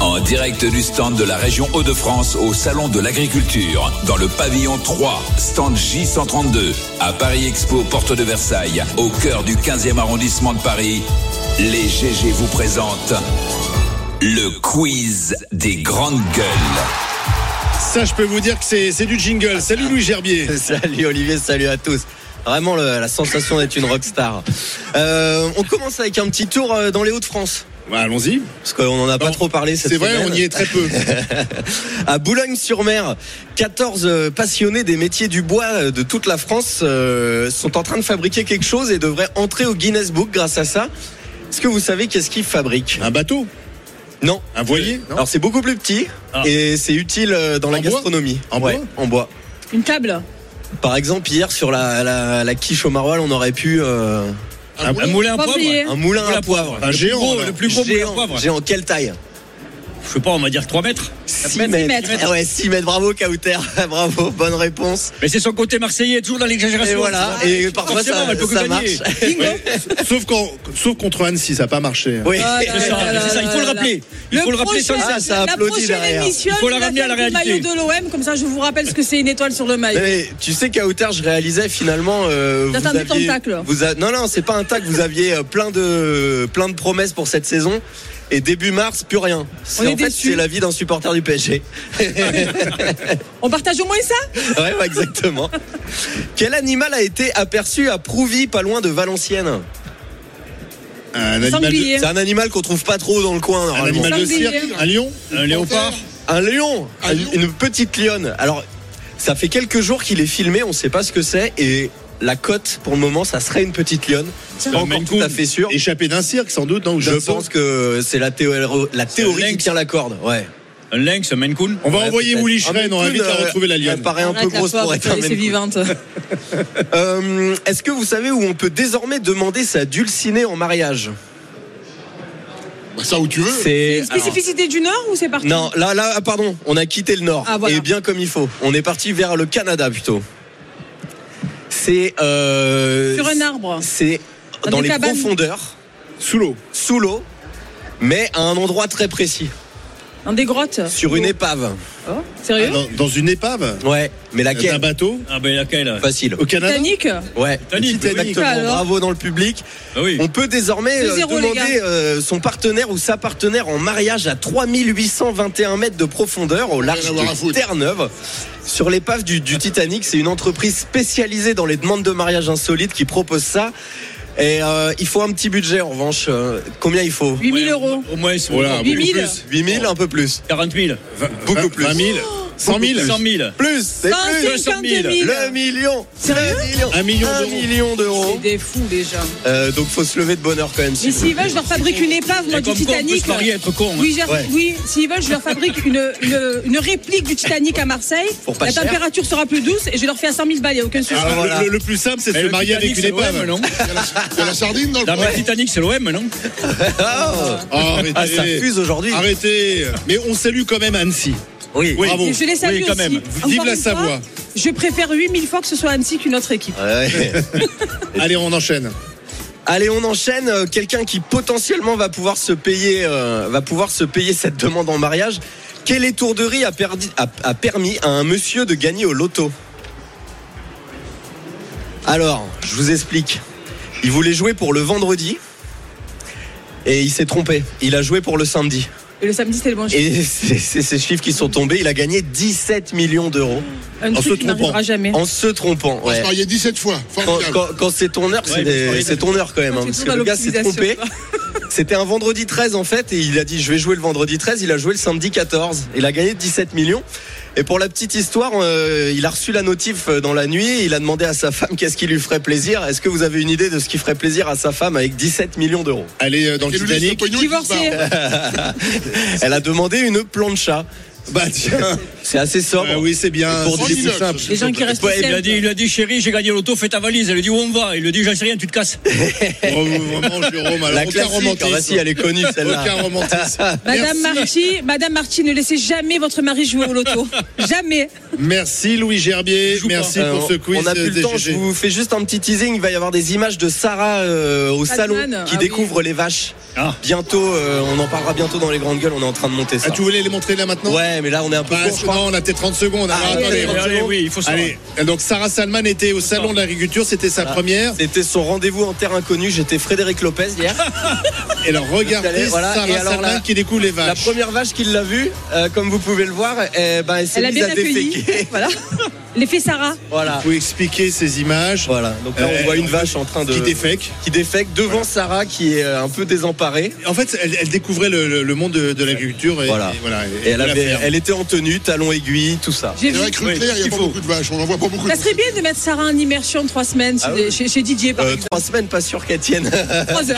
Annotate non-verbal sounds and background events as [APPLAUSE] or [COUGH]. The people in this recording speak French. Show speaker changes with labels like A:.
A: En direct du stand de la région Hauts-de-France au Salon de l'Agriculture, dans le pavillon 3, stand J132, à Paris Expo, porte de Versailles, au cœur du 15e arrondissement de Paris, les GG vous présentent le quiz des grandes gueules.
B: Ça, je peux vous dire que c'est c'est du jingle. Salut Louis Gerbier.
C: [LAUGHS] Salut Olivier, salut à tous. Vraiment le- la sensation d'être une rockstar. Euh, on commence avec un petit tour euh, dans les Hauts-de-France.
B: Bah, Allons-y.
C: Parce qu'on n'en a pas
B: Non,
C: trop parlé cette
B: C'est vrai,
C: semaine.
B: on y est très peu.
C: À Boulogne-sur-Mer, 14 euh, passionnés des métiers du bois euh, de toute la France euh, sont en train de fabriquer quelque chose et devraient entrer au Guinness Book grâce à ça. Est-ce que vous savez qu'est-ce qu'ils fabriquent
B: Un bateau,
C: Non.
B: un voilier. non Ah.
C: Alors c'est beaucoup plus petit et c'est utile euh, dans la
B: En bois
C: gastronomie.
B: En
C: Ouais,
B: bois
C: En bois.
D: Une table
C: Par exemple, hier sur la, la, la quiche au maroilles, on aurait pu euh,
B: Un
E: Un
B: moulin.
E: moulin à
D: Pas
E: poivre
D: oublié.
C: un moulin à poivre.
B: Un géant.
E: gros,
B: alors.
E: le plus gros moulin à
C: géant,
E: poivre.
C: géant, quelle taille
E: Je sais pas, on va dire 3 mètres.
C: 6
E: mètres.
D: mètres.
C: Ah ouais, 6 mètres, bravo Kauter, [LAUGHS] bravo, bonne réponse.
E: Mais c'est son côté marseillais, toujours dans l'exagération. Ah,
C: Et voilà, et parfois
E: Forcément,
C: ça,
E: elle peut que
C: ça
E: gagner.
C: marche.
E: Bingo.
B: Sauf, qu'en- sauf contre Annecy, ça n'a pas marché. hein.
C: Oui.
D: Ah, là,
E: [LAUGHS] C'est ça,
D: là, là,
E: c'est ça, il faut
D: là,
E: le
D: là.
E: rappeler. Il faut le rappeler sans
C: ça,
D: prochaine-
C: ça
D: la
C: applaudit
D: prochaine
C: derrière.
D: émission,
E: Il faut la ramener à la
D: attaque du
E: réalité.
D: maillot de l'OM, comme ça je vous rappelle ce que c'est une étoile sur le maillot.
C: [LAUGHS] Mais tu sais Kauter, je réalisais finalement euh,
D: T'as
C: vous
D: attendu
C: aviez-
D: ton tacle.
C: vous a- non non, c'est pas un tacle, vous aviez euh, plein de plein de promesses pour cette saison. Et début mars, plus rien. C'est-
D: On est
C: En fait,
D: déçus.
C: c'est la vie d'un supporter du PSG.
D: On partage au moins
C: [LAUGHS]
D: ça
C: Ouais, ouais, exactement. Quel animal a été aperçu à Prouvy, pas loin de Valenciennes
B: Un animal, de,
D: Sanglier.
C: C'est un animal qu'on trouve pas trop dans le coin
B: un
C: normalement.
B: animal de
D: Sanglier.
B: cirque, un lion,
E: Un léopard.
C: Un lion,
B: Un lion.
C: une petite lionne. Alors, ça fait quelques jours qu'il est filmé, on sait pas ce que c'est, et la cote pour le moment, ça serait une petite lionne. C'est pas
E: un
C: encore
E: Maine
C: tout à
E: Coon.
C: fait sûr.
B: échappé d'un cirque sans doute. Non, ou
C: Je
B: d'un zoo.
C: pense que c'est la, théo- la théorie qui
E: lynx.
C: tient la corde. Ouais.
E: [LAUGHS] Un lynx, un Maine Coon.
B: On va
C: Ouais,
B: envoyer
C: peut-être.
B: Willy
C: Ah, mais
B: Schren, on va
C: Coon,
B: vite à
C: euh,
B: retrouver la
C: Elle
B: lionne.
C: paraît un peu
D: Arrête la
C: grosse pour
D: poire,
C: être
D: faut
C: un
D: la laisser
C: Maine Coon.
D: vivante.
C: Euh, Est-ce que vous savez où on peut désormais demander sa dulcinée en mariage
B: Bah, ça où tu veux.
D: [LAUGHS]
C: C'est
D: Une spécificité du Nord ou c'est partout
C: Non, là, là, ah, pardon, on a quitté le Nord.
D: Ah, voilà.
C: Et bien comme il faut. On est parti vers le Canada plutôt. C'est. euh,
D: Sur un arbre.
C: C'est
D: Dans
C: dans
D: des
C: les
D: cabanes.
C: profondeurs,
B: Sous l'eau.
C: sous l'eau, mais à un endroit très précis,
D: Dans des grottes
C: sur une épave.
D: Oh, Sérieux
B: Ah, Dans, dans une épave.
C: Ouais, mais
B: Un
C: laquelle
B: bateau.
E: Ah, ben laquelle
C: Facile.
B: Au Canada.
D: Titanic
C: Ouais,
E: Titanic,
C: exactement.
D: oui. Alors
C: Bravo dans le public.
E: Ah oui.
C: On peut désormais
D: Deux
C: euh,
D: zéro, les
C: demander euh, son partenaire ou sa partenaire en mariage à 3821 mètres de profondeur au large
B: avoir à
C: de
B: foutre.
C: Terre-Neuve. Sur l'épave du, du Titanic, c'est une entreprise spécialisée dans les demandes de mariage insolites qui propose ça. Et euh, il faut un petit budget en revanche. Euh, combien il faut
D: 8000
E: Ouais,
D: euros.
E: Au moins, c'est
B: Voilà,
D: 8 000.
B: beaucoup plus.
C: 8000, un peu plus.
E: 40 000.
C: Beaucoup plus.
B: 20 000. 100 000.
E: 100 000.
C: Plus, c'est plus.
D: 150
E: 200
D: 000
C: Le million.
D: Sérieux
C: Le million.
B: Un million
C: Un
B: d'euros.
C: million
D: C'est
C: d'euros.
D: des fous déjà.
C: Euh, donc faut se lever de bonheur quand même.
D: Mais s'ils veulent, je leur fabrique une épave, moi,
E: Et
D: du
E: comme quoi, on peut
D: Titanic.
E: se marier à être con. hein.
D: Oui, j'ai-
C: Ouais.
D: oui, s'ils veulent, je leur fabrique une, une, une réplique du Titanic à Marseille.
C: Pour pas
D: La
C: cher.
D: température sera plus douce et je leur fais à 100 000 balles, il n'y a aucun sujet.
B: Ah, le-
C: voilà.
B: le, le plus simple, c'est de
E: Mais
B: se
E: le
B: marier avec
E: Titanic,
B: une
E: c'est
B: épave.
E: l'OM, non
F: Il y a la sardine dans le
E: La vraie Titanic, c'est l'OM, non
C: Ah,
B: Oh, arrêtez.
C: ah, ça fuse aujourd'hui.
B: Arrêtez. Mais on salue quand même Annecy.
C: Oui.
B: Oui. Bravo.
D: Et je les salue
E: Oui, quand
D: aussi.
E: même.
D: Encore
B: Vive la
D: une fois,
B: Savoie.
D: je préfère 8000 fois que ce soit Annecy qu'une autre équipe.
C: Ouais.
B: Allez, on enchaîne.
C: [LAUGHS] Allez, on enchaîne. Euh, Quelqu'un qui potentiellement va pouvoir se payer, euh, va pouvoir se payer cette demande en mariage. Quelle étourderie a, perdi- a- a permis à un monsieur de gagner au loto Alors, je vous explique. Il voulait jouer pour le vendredi et il s'est trompé. Il a joué pour le samedi.
D: Et le samedi, c'était le bon jour.
C: Et c'est c'est ces chiffres qui sont tombés. Il a gagné 17 millions d'euros
D: Un
C: en se
D: truc qui n'arrivera
C: trompant.
D: jamais.
C: En se trompant. ouais.
F: Il y a 17 fois.
C: Quand,
F: Formidable.
C: quand- quand c'est ton heure, c'est
E: parce
C: des-
E: qu'on est
C: c'est ton heure quand même.
D: Quand
C: hein,
D: tu
C: parce que
D: tournes à
C: le gars s'est trompé.
D: l'optimisation, [LAUGHS]
C: C'était un vendredi 13 en fait, et il a dit je vais jouer le vendredi 13, il a joué le samedi 14. Il a gagné 17 millions. Et pour la petite histoire, euh, il a reçu la notif euh, dans la nuit, et il a demandé à sa femme [LAUGHS] qu'est-ce qui lui ferait plaisir. Est-ce que vous avez une idée de ce qui ferait plaisir à sa femme avec 17 millions d'euros
B: Allez euh, dans le
F: Et lui laisse le
B: Titanic.
C: [LAUGHS] hein.
F: pognon, il se
D: Divorcé.
F: barre.
C: Elle a demandé une plancha.
B: Bah tiens,
C: C'est assez sobre.
B: Ah oui, c'est bien.
C: Pour
B: c'est-
C: dix
B: c'est
F: minutes.
B: simple.
D: Les gens qui restent
C: Ouais,
E: Il a
D: simples.
E: dit, il a dit, chérie, j'ai gagné l'auto, fais ta valise. Elle lui dit, où on va Il lui dit, j'en sais rien, tu te casses.
B: Vraiment, vraiment, Jérôme, alors,
C: La
B: aucun
C: classique.
B: romantisme.
C: Ah bah si, elle est connue celle-là.
B: Aucun
C: [LAUGHS]
B: romantisme.
D: Madame
B: Merci.
D: Marty, Madame Marty, ne laissez jamais votre mari jouer
C: [LAUGHS]
D: au loto. jamais.
B: Merci Louis Gerbier,
E: joue
B: merci
C: Euh,
B: pour ce quiz.
C: on a
B: euh,
C: plus le temps, je
B: DGG.
C: vous fais juste un petit teasing. Il va y avoir des images de Sarah euh, au
D: Batman,
C: salon
D: ah
C: qui
D: oui.
C: découvre les vaches.
E: Ah.
C: Bientôt, euh, on en parlera bientôt dans les grandes gueules. On est en train de monter ça.
B: Ah, tu voulais les montrer là maintenant
C: ouais, mais là on est un peu
B: Bah,
C: court, je crois.
B: non, on a peut-être 30 secondes. Alors,
C: Ah, oui,
B: attendez,
C: oui,
E: Allez,
C: oui.
B: 30
E: allez,
B: secondes.
E: oui, il faut savoir.
B: Allez, donc Sarah Salman était au salon de l'agriculture, c'était sa première.
C: C'était son rendez-vous en terre inconnue. J'étais Frédéric Lopez hier.
B: Ah, Et alors regardez
C: Allez, voilà.
B: Sarah
C: Et alors,
B: Salman
C: la-
B: qui découvre les
C: La
B: vaches.
C: première vache qui l'a vue, euh, comme vous pouvez le voir, eh ben, elle s'est
D: Elle a
C: mise
D: bien
C: à
B: [LAUGHS]
D: accueilli.
C: déféquer.
D: Voilà. L'effet Sarah.
C: voilà.
B: Vous pouvez expliquer ces images
C: Voilà. Donc là, on
B: Euh,
C: voit une
B: on-
C: vache en train de
B: qui défèquent.
C: qui défèque devant Sarah qui est euh, un peu désemparée.
B: En fait, elle, elle découvrait le, le- le monde de, de l'agriculture et,
C: Voilà.
B: et voilà.
C: Et elle,
B: de la
C: avait-
B: ferme.
C: elle était en tenue, talons aiguilles, tout ça.
D: J'ai
F: C'est
D: vu.
F: vrai que rue Claire, il n'y a
B: Il
F: pas
B: faut.
F: beaucoup de vaches, on n'en voit pas beaucoup.
D: Ça serait bien de mettre Sarah en immersion trois semaines chez,
C: Ah oui.
D: chez- chez Didier, par
C: Euh,
D: exemple.
C: trois semaines, pas sûr qu'elle tienne.
D: Trois heures.